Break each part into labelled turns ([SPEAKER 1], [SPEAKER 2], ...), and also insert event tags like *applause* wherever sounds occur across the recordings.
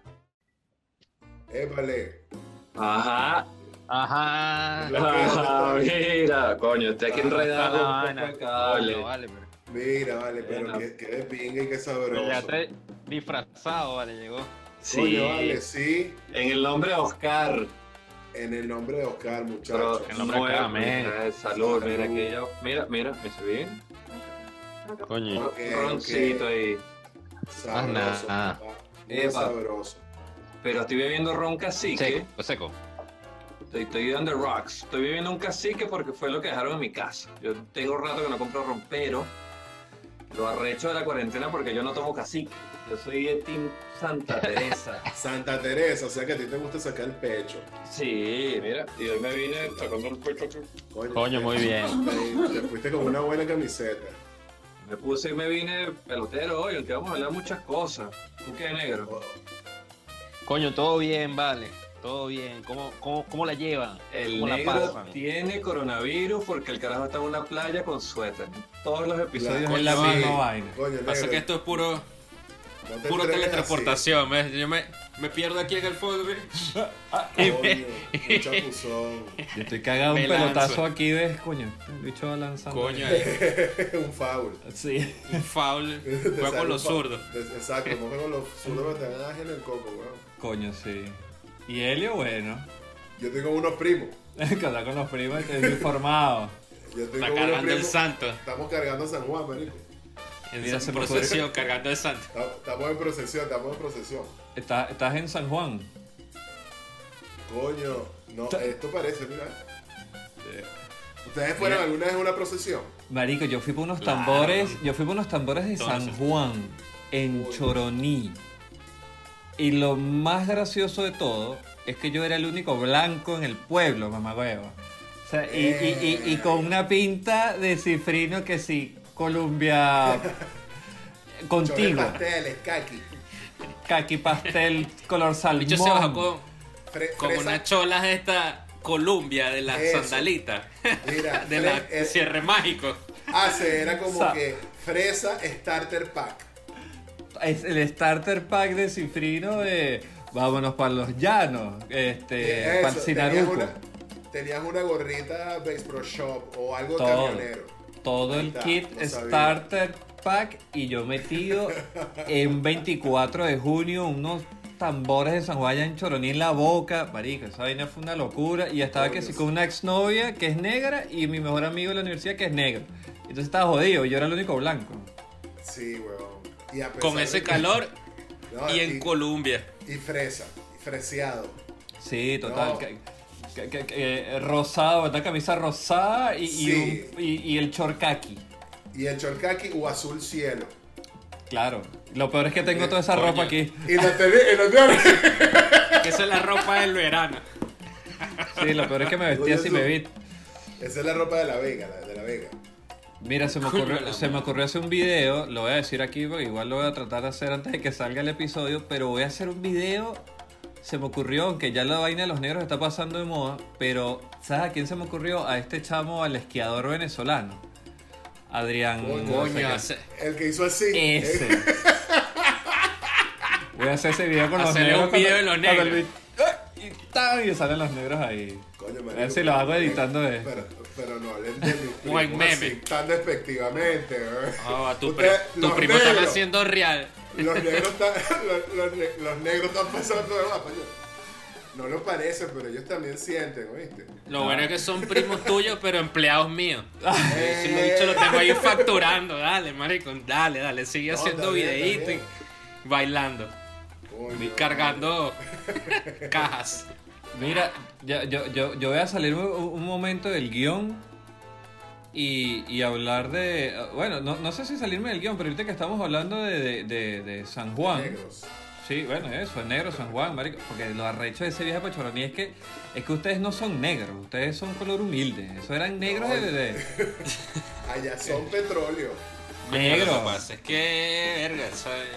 [SPEAKER 1] Usted
[SPEAKER 2] *laughs*
[SPEAKER 1] aquí enredado.
[SPEAKER 3] Ah,
[SPEAKER 1] un poco
[SPEAKER 3] no,
[SPEAKER 1] de cable.
[SPEAKER 3] No, vale, pero.
[SPEAKER 4] Mira, vale,
[SPEAKER 1] Bueno.
[SPEAKER 4] pero que, que de pinga y que
[SPEAKER 3] pero ya
[SPEAKER 4] sabroso.
[SPEAKER 3] está disfrazado, vale, llegó.
[SPEAKER 1] Sí.
[SPEAKER 4] Coño, vale, sí.
[SPEAKER 1] En el nombre de Oscar.
[SPEAKER 4] En el nombre de Oscar,
[SPEAKER 1] Pero
[SPEAKER 4] muchachos.
[SPEAKER 5] el nombre de
[SPEAKER 1] nueve-
[SPEAKER 5] Oscar, amén.
[SPEAKER 1] Eh, Salud, mira
[SPEAKER 4] Salud.
[SPEAKER 1] que yo. Mira, mira, me subí.
[SPEAKER 5] Coño.
[SPEAKER 4] Ok,
[SPEAKER 1] Un Roncito
[SPEAKER 4] ok.
[SPEAKER 1] ahí.
[SPEAKER 4] Sabroso.
[SPEAKER 5] Ah,
[SPEAKER 4] papá. Muy
[SPEAKER 1] Epa.
[SPEAKER 4] sabroso.
[SPEAKER 1] Pero estoy bebiendo ron cacique.
[SPEAKER 5] Seco, seco.
[SPEAKER 1] Estoy, estoy on the rocks. Estoy bebiendo un cacique porque fue lo que dejaron en mi casa. Yo tengo rato que no compro ron, pero lo arrecho de la cuarentena porque yo no tomo cacique. Yo soy de Team Santa Teresa.
[SPEAKER 4] Santa Teresa, o sea que a ti te gusta sacar el pecho.
[SPEAKER 1] sí, mira. Y hoy me vine sacando el pecho. aquí.
[SPEAKER 4] Coño,
[SPEAKER 5] Coño, muy bien.
[SPEAKER 4] Te, te fuiste con una buena camiseta.
[SPEAKER 1] Me puse y me vine pelotero hoy, aunque vamos a hablar muchas cosas. ¿Tú qué, negro?
[SPEAKER 4] Oh,
[SPEAKER 5] Coño, todo bien, vale. Todo bien. ¿Cómo, cómo, cómo la llevan?
[SPEAKER 1] El
[SPEAKER 5] ¿Cómo la
[SPEAKER 1] negro
[SPEAKER 5] pasan?
[SPEAKER 1] tiene coronavirus porque el carajo está en una playa con suéter. Todos los episodios es
[SPEAKER 4] Claro. Con
[SPEAKER 1] la
[SPEAKER 4] Sí.
[SPEAKER 1] misma.
[SPEAKER 4] mano,
[SPEAKER 6] vaina.
[SPEAKER 4] Coño,
[SPEAKER 6] Pasa
[SPEAKER 4] negro.
[SPEAKER 6] que esto es puro,
[SPEAKER 4] no te
[SPEAKER 6] puro
[SPEAKER 4] entregues
[SPEAKER 6] teletransportación. ¿ves? Yo me, me pierdo aquí en el
[SPEAKER 4] *laughs*
[SPEAKER 6] fútbol. ¿ves?
[SPEAKER 4] así. Coño, un chapuzón.
[SPEAKER 2] Yo estoy cagado un
[SPEAKER 6] Me lanzo.
[SPEAKER 2] pelotazo aquí de coño. El bicho va lanzando.
[SPEAKER 6] Coño, eh,
[SPEAKER 4] un foul.
[SPEAKER 2] Sí.
[SPEAKER 6] un foul. Juega
[SPEAKER 4] Te
[SPEAKER 6] con los
[SPEAKER 4] sale un
[SPEAKER 6] zurdos.
[SPEAKER 4] foul. Te- Exacto, coge con los zurdos que te dan ángel en el coco, weón.
[SPEAKER 2] Coño, sí. Y Helio,
[SPEAKER 1] *laughs*
[SPEAKER 2] bueno.
[SPEAKER 4] Yo tengo unos primos.
[SPEAKER 2] Casar con los primos, estoy informado.
[SPEAKER 4] Yo tengo
[SPEAKER 6] Está
[SPEAKER 4] unos
[SPEAKER 6] cargando el
[SPEAKER 4] primos.
[SPEAKER 6] santo.
[SPEAKER 4] Estamos cargando a San Juan, marico.
[SPEAKER 6] En
[SPEAKER 2] Mira, se me ocurrió.
[SPEAKER 6] procesión, cargando el santo.
[SPEAKER 4] Estamos- Estamos en procesión, estamos en procesión.
[SPEAKER 2] Estás, estás en San Juan.
[SPEAKER 4] Coño, no,
[SPEAKER 2] Ta-
[SPEAKER 4] esto parece, mira. ¿Ustedes fueron alguna vez a una procesión?
[SPEAKER 2] Marico, yo fui por unos
[SPEAKER 6] Claro.
[SPEAKER 2] tambores. Yo fui por unos tambores de
[SPEAKER 6] Entonces.
[SPEAKER 2] San Juan, en
[SPEAKER 4] Uy.
[SPEAKER 2] Choroní. Y lo más gracioso de todo es que yo era el único blanco en el pueblo, mamá O sea, y, y-
[SPEAKER 6] Eh.
[SPEAKER 2] y- y con una pinta de cifrino que sí,
[SPEAKER 6] *laughs*
[SPEAKER 2] Colombia
[SPEAKER 4] Choré
[SPEAKER 2] contigo.
[SPEAKER 4] pasteles, caqui.
[SPEAKER 2] Caqui pastel color salmón.
[SPEAKER 6] Bicho se bajó con,
[SPEAKER 4] fre-
[SPEAKER 6] con
[SPEAKER 4] fresa-
[SPEAKER 6] unas cholas de esta Columbia, de las
[SPEAKER 4] Eso.
[SPEAKER 6] sandalitas.
[SPEAKER 4] Mira,
[SPEAKER 6] *laughs*
[SPEAKER 4] fre-
[SPEAKER 6] De la
[SPEAKER 4] eh,
[SPEAKER 6] cierre mágico.
[SPEAKER 4] Pues hace, era como
[SPEAKER 2] Sa-
[SPEAKER 4] que fresa starter pack.
[SPEAKER 2] Es el starter pack de Cifrino de vámonos para los llanos, este,
[SPEAKER 4] Eso,
[SPEAKER 2] para el
[SPEAKER 4] tenías,
[SPEAKER 2] Sinaruco.
[SPEAKER 4] una, tenías una gorrita Base Pro Shop o algo
[SPEAKER 2] Todo.
[SPEAKER 4] camionero.
[SPEAKER 2] Todo el
[SPEAKER 4] Ahí está,
[SPEAKER 2] kit
[SPEAKER 4] lo sabía.
[SPEAKER 2] starter pack y yo metido en 24 de junio unos tambores de San Juan en Choroní en la boca, marico, esa vaina fue una locura y estaba que
[SPEAKER 4] Coño,
[SPEAKER 2] sí
[SPEAKER 4] sí.
[SPEAKER 2] con una exnovia que es negra y mi mejor amigo de la universidad que es negro. Entonces estaba jodido, yo era el único blanco.
[SPEAKER 4] Sí, weón. Y a pesar
[SPEAKER 6] Con
[SPEAKER 4] de
[SPEAKER 6] ese
[SPEAKER 4] que-
[SPEAKER 6] calor
[SPEAKER 4] No,
[SPEAKER 6] y en Columbia.
[SPEAKER 4] y fresa, y freseado.
[SPEAKER 2] Sí, total.
[SPEAKER 4] No.
[SPEAKER 2] ca- ca- ca- eh, rosado, una camisa rosada y, y
[SPEAKER 4] Sí.
[SPEAKER 2] un- y- y el chorcaqui.
[SPEAKER 4] Y el cholcaqui o azul cielo.
[SPEAKER 2] Claro. Lo peor es que tengo
[SPEAKER 4] Sí,
[SPEAKER 2] toda esa
[SPEAKER 6] coño.
[SPEAKER 2] ropa aquí.
[SPEAKER 4] Y lo tenía, y lo tenía.
[SPEAKER 6] Que esa es la ropa del verano.
[SPEAKER 2] Sí, lo peor es que me vestí
[SPEAKER 4] Coño,
[SPEAKER 2] así,
[SPEAKER 4] tú.
[SPEAKER 2] me vi.
[SPEAKER 4] Esa es la ropa de la Vega, la de la Vega.
[SPEAKER 2] Mira, se me,
[SPEAKER 6] Coño,
[SPEAKER 2] ocurrió,
[SPEAKER 6] la
[SPEAKER 2] se me
[SPEAKER 6] madre.
[SPEAKER 2] ocurrió hacer un video, lo voy a decir aquí porque igual lo voy a tratar de hacer antes de que salga el episodio, pero voy a hacer un video, se me ocurrió, aunque ya la vaina de los negros está pasando de moda, pero ¿sabes a quién se me ocurrió? A este chamo, al esquiador venezolano, Adrián. no sé
[SPEAKER 6] Coño,
[SPEAKER 2] qué.
[SPEAKER 6] hace-
[SPEAKER 4] El que hizo así.
[SPEAKER 2] Ese. Voy a hacer ese video con los
[SPEAKER 6] Hacerle
[SPEAKER 2] negros.
[SPEAKER 6] un video
[SPEAKER 2] cuando-
[SPEAKER 6] de los
[SPEAKER 2] cuando
[SPEAKER 6] negros.
[SPEAKER 2] el bicho- ¡Ah! Y, tan, y salen los negros ahí.
[SPEAKER 4] Coño,
[SPEAKER 2] A
[SPEAKER 4] marico,
[SPEAKER 2] ver si lo hago
[SPEAKER 4] pero-
[SPEAKER 2] editando de-
[SPEAKER 4] Pero, pero no hablen de mi
[SPEAKER 6] *laughs*
[SPEAKER 4] primo
[SPEAKER 6] Buen
[SPEAKER 4] así,
[SPEAKER 6] meme.
[SPEAKER 4] tan despectivamente. ¿eh?
[SPEAKER 6] Ah, tu, pri-
[SPEAKER 4] Ustedes,
[SPEAKER 6] tu
[SPEAKER 4] los
[SPEAKER 6] primo está
[SPEAKER 4] negros,
[SPEAKER 6] haciendo real. *laughs*
[SPEAKER 4] Los negros están, los, los ne- los negros están pasando de guapa. coño. No lo parece, pero ellos también sienten, ¿oíste?
[SPEAKER 6] Lo bueno es que son primos tuyos, pero empleados míos.
[SPEAKER 4] Eh.
[SPEAKER 6] Si lo dicho, lo tengo ahí facturando. Dale, marico, dale, dale. Sigue
[SPEAKER 4] No,
[SPEAKER 6] haciendo
[SPEAKER 4] está bien,
[SPEAKER 6] videitos
[SPEAKER 4] está
[SPEAKER 6] y bailando.
[SPEAKER 4] Coño,
[SPEAKER 6] Y cargando cajas.
[SPEAKER 2] Mira, ya- yo, yo, yo voy a salir un, un momento del guión y, y hablar de. Bueno, no, no sé si salirme del guión, pero ahorita que estamos hablando de, de- de- de San Juan.
[SPEAKER 4] Negros.
[SPEAKER 2] Sí, bueno, eso, el negro San Juan, marico. Porque lo arrecho de ese viaje a Choroní es que, es que ustedes no son negros, ustedes son color humilde. Eso eran negros de,
[SPEAKER 4] *laughs*
[SPEAKER 2] de-
[SPEAKER 4] Allá son petróleo.
[SPEAKER 6] Lo que
[SPEAKER 2] negros.
[SPEAKER 6] pasa es que, verga, ¿sabes?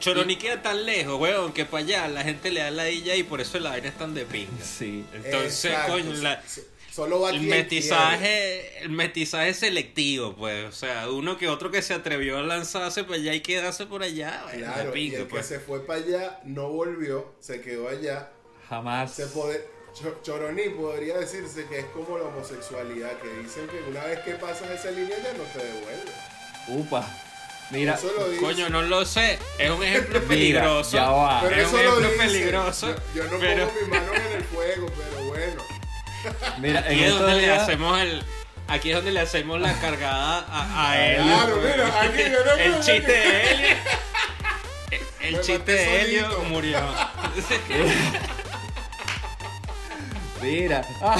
[SPEAKER 6] Choroní queda tan lejos, weón, que para allá la gente le da la illa y por eso la vaina es tan de pinga.
[SPEAKER 2] Sí.
[SPEAKER 6] Entonces,
[SPEAKER 4] Exacto.
[SPEAKER 6] coño, la-
[SPEAKER 4] S- Solo va
[SPEAKER 6] el
[SPEAKER 4] quien quiere.
[SPEAKER 6] mestizaje, el mestizaje selectivo, pues. O sea, uno que otro que se atrevió a lanzarse para allá y quedarse por allá, bueno, de
[SPEAKER 4] Claro, y
[SPEAKER 6] pinga,
[SPEAKER 4] el que
[SPEAKER 6] pues.
[SPEAKER 4] se fue para allá no volvió, se quedó allá.
[SPEAKER 2] Jamás.
[SPEAKER 4] Se, pode- Cho- Choroní podría decirse que es como la homosexualidad, que dicen que una vez que pasas esa línea ya no te devuelve.
[SPEAKER 2] Upa. Mira,
[SPEAKER 4] eso lo dice.
[SPEAKER 6] Coño, no lo sé. Es un ejemplo
[SPEAKER 2] mira,
[SPEAKER 6] peligroso.
[SPEAKER 2] ya va.
[SPEAKER 4] pero
[SPEAKER 6] es
[SPEAKER 4] eso
[SPEAKER 6] un
[SPEAKER 4] lo
[SPEAKER 6] ejemplo
[SPEAKER 4] dice.
[SPEAKER 6] peligroso,
[SPEAKER 4] Yo, yo no
[SPEAKER 6] pero-
[SPEAKER 4] pongo mis manos en el fuego, pero
[SPEAKER 6] *laughs*
[SPEAKER 4] bueno.
[SPEAKER 2] Mira,
[SPEAKER 6] Aquí
[SPEAKER 2] en
[SPEAKER 6] es
[SPEAKER 2] estos
[SPEAKER 6] donde le
[SPEAKER 2] días-
[SPEAKER 6] hacemos el. Aquí es donde le hacemos la cargada a, a él.
[SPEAKER 4] Claro, mira,
[SPEAKER 6] *laughs*
[SPEAKER 4] aquí yo no
[SPEAKER 6] El
[SPEAKER 4] creo
[SPEAKER 6] chiste
[SPEAKER 4] que-
[SPEAKER 6] de Helio. El
[SPEAKER 4] Me
[SPEAKER 6] chiste
[SPEAKER 4] maté
[SPEAKER 6] de Helio
[SPEAKER 4] solito.
[SPEAKER 2] *laughs*
[SPEAKER 6] murió.
[SPEAKER 2] Mira, *laughs* ah,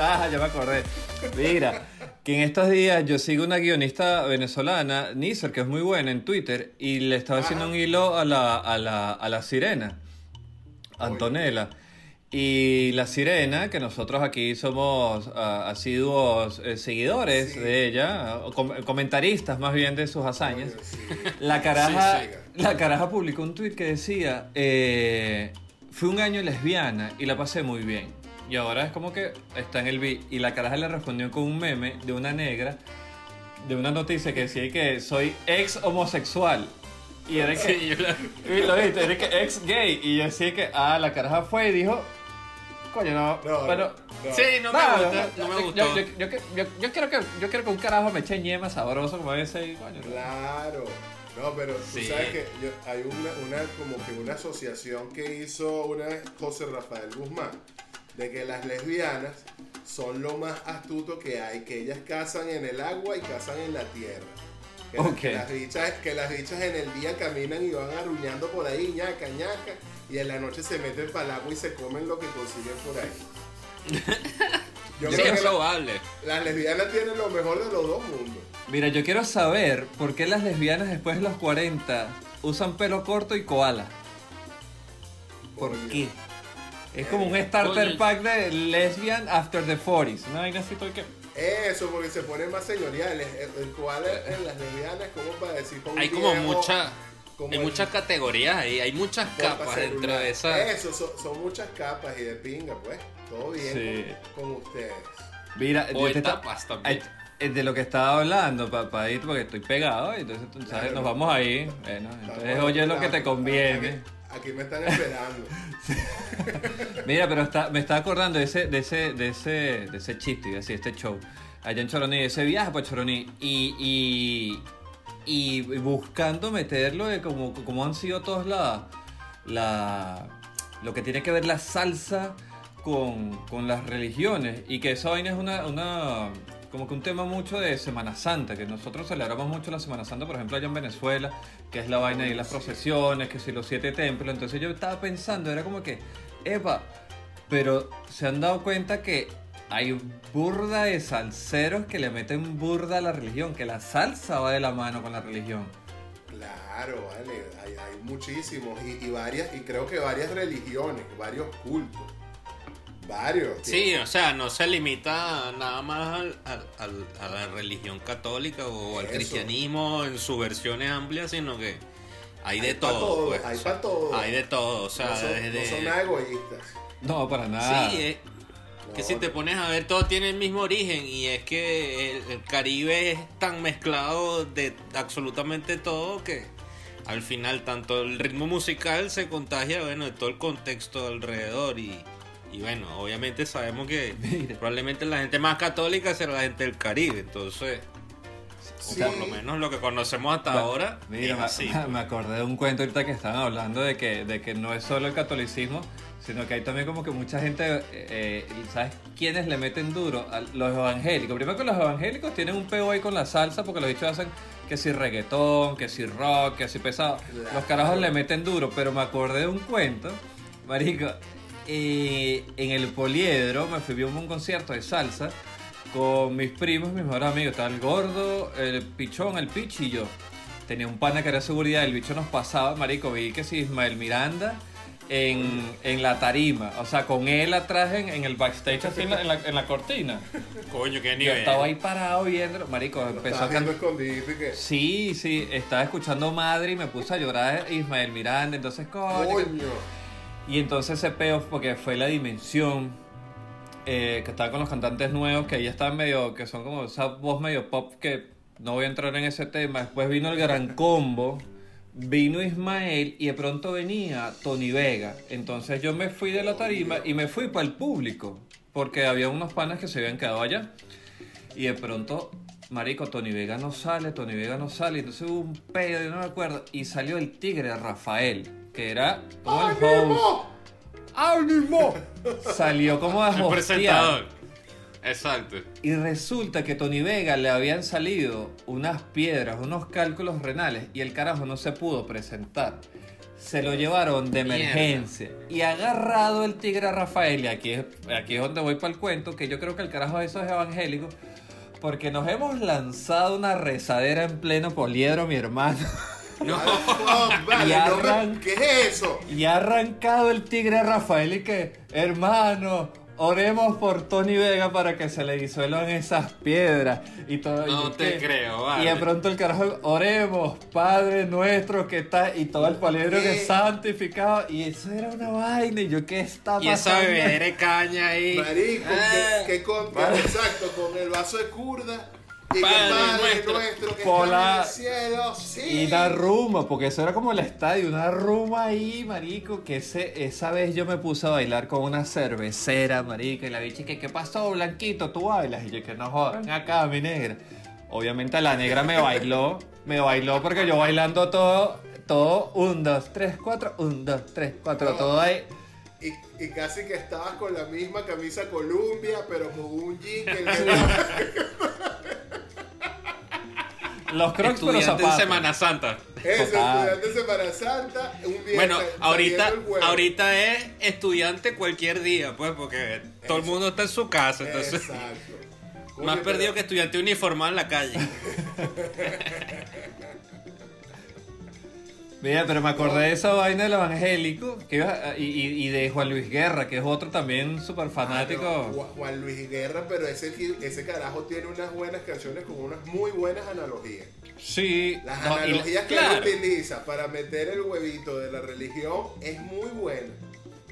[SPEAKER 2] ah, ya me acordé. Mira, que en estos días yo sigo una guionista venezolana, Nizar, que es muy buena en Twitter, y le estaba haciendo un hilo a la, a la, a la sirena, Antonella. Y la sirena, que nosotros aquí somos ah, asiduos eh, seguidores
[SPEAKER 4] Sí.
[SPEAKER 2] de ella, o com- comentaristas más bien de sus hazañas.
[SPEAKER 4] Coño, sí.
[SPEAKER 2] La caraja,
[SPEAKER 4] Sí,
[SPEAKER 2] la caraja publicó un tuit que decía, eh, fui un año lesbiana y la pasé muy bien. Y ahora es como que está en el B. Y la caraja le respondió con un meme de una negra, de una noticia que decía que soy ex homosexual. Y era que...
[SPEAKER 6] Sí, yo la-
[SPEAKER 2] y lo viste, era que ex gay. Y yo decía que, ah, la caraja fue y dijo, coño, no,
[SPEAKER 4] No,
[SPEAKER 2] bueno...
[SPEAKER 4] no.
[SPEAKER 6] Sí, no me
[SPEAKER 2] no,
[SPEAKER 6] gusta.
[SPEAKER 2] no,
[SPEAKER 6] No me
[SPEAKER 2] yo-
[SPEAKER 6] gustó.
[SPEAKER 2] Yo, yo- yo que- yo- yo quiero que, yo quiero que un carajo me eche ñema sabroso como ese y coño. no.
[SPEAKER 4] Claro. No, pero tú
[SPEAKER 6] Sí.
[SPEAKER 4] sabes que yo- hay una, una como que una asociación que hizo una vez José Rafael Guzmán de que las lesbianas son lo más astuto que hay, que ellas cazan en el agua y cazan en la tierra. Que, las-
[SPEAKER 2] Ok.
[SPEAKER 4] que las bichas, que las bichas en el día caminan y van arruñando por ahí, ñaca, ñaca, y en la noche se meten para el agua y se comen lo que consiguen por ahí. Yo
[SPEAKER 6] Sí,
[SPEAKER 4] creo
[SPEAKER 6] es
[SPEAKER 4] que la-
[SPEAKER 6] probable.
[SPEAKER 4] las lesbianas tienen lo mejor de los dos mundos.
[SPEAKER 2] Mira, yo quiero saber por qué las lesbianas después de los 40 usan pelo corto y koala. ¿Por
[SPEAKER 4] Coño.
[SPEAKER 2] qué? Es como un starter
[SPEAKER 6] Eh, Coño.
[SPEAKER 2] pack de lesbian after the 40s. No hay que.
[SPEAKER 4] Eso, porque se ponen más señoriales. El, el koala en las lesbianas, como para decir, como un
[SPEAKER 6] Hay como
[SPEAKER 4] viejo,
[SPEAKER 6] mucha.
[SPEAKER 4] como
[SPEAKER 6] Hay
[SPEAKER 4] el
[SPEAKER 6] muchas categorías ahí. Hay muchas
[SPEAKER 4] portacelular.
[SPEAKER 6] capas dentro de esa.
[SPEAKER 4] Eso, son, son muchas capas y de pinga, pues. Todo bien
[SPEAKER 2] Sí.
[SPEAKER 4] con, con ustedes.
[SPEAKER 2] Mira,
[SPEAKER 6] O
[SPEAKER 2] yo te ta-
[SPEAKER 6] etapas también.
[SPEAKER 2] Ay, eh, de lo que estaba hablando, papá, porque estoy pegado, y entonces tú sabes,
[SPEAKER 4] Claro, no.
[SPEAKER 2] nos vamos ahí. Bueno, entonces oye lo que te conviene.
[SPEAKER 4] Aquí, aquí me están esperando. *laughs*
[SPEAKER 2] Mira, pero está- me estaba acordando de ese, de ese, de ese, de ese chiste, iba a decir, este show. Allá en Choroní, ese viaje para Choroní. Y, y, y buscando meterlo de como, como han sido todos la, la lo que tiene que ver la salsa con, con las religiones. Y que esa vaina es una, una como que un tema mucho de Semana Santa, que nosotros celebramos mucho la Semana Santa, por ejemplo, allá en Venezuela, que es la vaina de las procesiones, que si los siete templos. Entonces yo estaba pensando, era como que, Epa, pero se han dado cuenta que hay burda de salseros que le meten burda a la religión, que la salsa va de la mano con la religión.
[SPEAKER 4] Claro, vale. Hay, hay muchísimos. Y, y varias, y creo que varias religiones, varios cultos. Varios.
[SPEAKER 6] Sí, o sea, no se limita nada más al- al- al- a la religión católica o al
[SPEAKER 4] Eso.
[SPEAKER 6] cristianismo en sus versiones amplias, sino que hay de
[SPEAKER 4] Hay pa'
[SPEAKER 6] todo.
[SPEAKER 4] todo,
[SPEAKER 6] pues,
[SPEAKER 4] hay
[SPEAKER 6] o sea,
[SPEAKER 4] pa' todo.
[SPEAKER 6] Hay de todo, o sea,
[SPEAKER 4] no son, no
[SPEAKER 6] desde... Ah,
[SPEAKER 4] son nada egoístas.
[SPEAKER 2] No, para nada.
[SPEAKER 6] Sí, eh, que
[SPEAKER 4] No,
[SPEAKER 6] si te
[SPEAKER 4] no.
[SPEAKER 6] pones a ver, todo tiene el mismo origen y es que el, el Caribe es tan mezclado de absolutamente todo que al final tanto el ritmo musical se contagia, bueno, de todo el contexto alrededor y, y bueno, obviamente sabemos que
[SPEAKER 2] Mira.
[SPEAKER 6] probablemente la gente más católica será la gente del Caribe, entonces, o
[SPEAKER 4] Sí.
[SPEAKER 6] por lo menos lo que conocemos hasta
[SPEAKER 2] Va-
[SPEAKER 6] ahora,
[SPEAKER 2] Mira,
[SPEAKER 6] es
[SPEAKER 2] me-
[SPEAKER 6] así.
[SPEAKER 2] me, acordé de un cuento ahorita que estaban hablando de que, de que no es solo el catolicismo, sino que hay también como que mucha gente, eh, y ¿sabes quiénes le meten duro? A los evangélicos. Primero que los evangélicos tienen un peo ahí con la salsa porque los bichos hacen que si reggaetón, que si rock, que si pesado.
[SPEAKER 4] Claro.
[SPEAKER 2] Los carajos le meten duro, pero me acordé de un cuento, marico, eh, en el poliedro me fui a un concierto de salsa con mis primos, mis mejores amigos. Estaba el gordo, el pichón, el pichi y yo. Tenía un pana que era seguridad, el bicho nos pasaba, marico, vi que si Ismael Miranda en, en la tarima, o sea, con él atrás en, en el backstage, así en la, en la- en la cortina.
[SPEAKER 6] Coño, qué
[SPEAKER 2] Yo
[SPEAKER 6] nivel.
[SPEAKER 2] estaba ahí parado viéndolo, marico,
[SPEAKER 4] Lo
[SPEAKER 2] empezó
[SPEAKER 4] estás
[SPEAKER 2] a
[SPEAKER 4] viendo
[SPEAKER 2] cantar.
[SPEAKER 4] escondido y que.
[SPEAKER 2] Sí, sí, estaba escuchando Madre y me puse a llorar Ismael Miranda, entonces, coño, que-
[SPEAKER 4] Coño.
[SPEAKER 2] y entonces ese peo, porque fue la dimensión eh, que estaba con los cantantes nuevos, que ahí están medio, que son como esa voz medio pop que no voy a entrar en ese tema. Después vino el gran combo, vino Ismael y de pronto venía Tony Vega. Entonces yo me fui de la tarima y me fui para el público, porque había unos panas que se habían quedado allá. Y de pronto, marico, Tony Vega no sale, Tony Vega no sale. Entonces hubo un pedo, yo no me acuerdo. Y salió el tigre Rafael, que era como el host. ¡Ah, mismo! Salió como a
[SPEAKER 6] El presentador. Exacto.
[SPEAKER 2] y resulta que Tony Vega le habían salido unas piedras, unos cálculos renales y el carajo no se pudo presentar. Se lo llevaron de
[SPEAKER 6] Mierda.
[SPEAKER 2] emergencia y agarrado el tigre a Rafael. Y aquí es, aquí es donde voy para el cuento, que yo creo que el carajo de eso es evangélico. Porque nos hemos lanzado una rezadera en pleno poliedro, mi hermano.
[SPEAKER 6] No.
[SPEAKER 4] No, vale,
[SPEAKER 2] Y
[SPEAKER 4] no me-
[SPEAKER 2] arran-
[SPEAKER 4] ¿Qué es eso?
[SPEAKER 2] Y ha arrancado el tigre a Rafael y que, hermano, oremos por Tony Vega para que se le disuelvan esas piedras. Y todo,
[SPEAKER 6] No
[SPEAKER 2] y
[SPEAKER 6] te
[SPEAKER 2] que-
[SPEAKER 6] creo, vale.
[SPEAKER 2] Y de pronto el carajo, oremos, Padre nuestro que está, y todo el palero que
[SPEAKER 4] ¿Qué?
[SPEAKER 2] es santificado. Y eso era una vaina, y yo, ¿qué está
[SPEAKER 6] Y esa
[SPEAKER 2] pasando?
[SPEAKER 6] bebedera de caña ahí.
[SPEAKER 4] Marico,
[SPEAKER 6] Ah,
[SPEAKER 4] que, que con, que- exacto, con el vaso de curda y
[SPEAKER 6] Padre
[SPEAKER 4] que padre nuestro,
[SPEAKER 6] nuestro.
[SPEAKER 4] que está en
[SPEAKER 2] Pola-
[SPEAKER 4] el cielo, sí.
[SPEAKER 2] Y la rumba, porque eso era como el estadio, una rumba ahí, marico, que ese, esa vez yo me puse a bailar con una cervecera, marico, y la bicha que, ¿qué pasó, Blanquito? ¿Tú bailas? Y yo, que no jodan acá, mi negra. Obviamente la negra me bailó, me bailó porque yo bailando todo, todo, un, dos, tres, cuatro, un, dos, tres, cuatro,
[SPEAKER 4] No.
[SPEAKER 2] todo ahí.
[SPEAKER 4] Y, y casi que estabas con la misma camisa Columbia, pero con un jean que le
[SPEAKER 6] *laughs*
[SPEAKER 2] Los crocs pero
[SPEAKER 6] Estudiante en
[SPEAKER 2] zapatos.
[SPEAKER 6] Semana Santa.
[SPEAKER 4] Ese
[SPEAKER 2] Total.
[SPEAKER 4] estudiante de Semana Santa, un viernes.
[SPEAKER 6] Bueno,
[SPEAKER 4] saliendo
[SPEAKER 6] ahorita,
[SPEAKER 4] el jueves.
[SPEAKER 6] ahorita es estudiante cualquier día, pues, porque todo el mundo está en su casa, entonces.
[SPEAKER 4] Exacto. Coño,
[SPEAKER 6] *laughs* Más
[SPEAKER 4] pero-
[SPEAKER 6] perdido que estudiante uniformado en
[SPEAKER 4] *laughs*
[SPEAKER 6] la calle.
[SPEAKER 2] Mira, pero me acordé de esa vaina del evangélico que iba- y, y- y de Juan Luis Guerra, que es otro también súper fanático.
[SPEAKER 4] Ah, no, Ju- Juan Luis Guerra, pero ese, ese carajo tiene unas buenas canciones con unas muy buenas analogías.
[SPEAKER 2] Sí,
[SPEAKER 4] Las
[SPEAKER 2] no, y-
[SPEAKER 4] analogías que
[SPEAKER 6] claro.
[SPEAKER 4] él utiliza para meter el huevito de la religión es muy buena.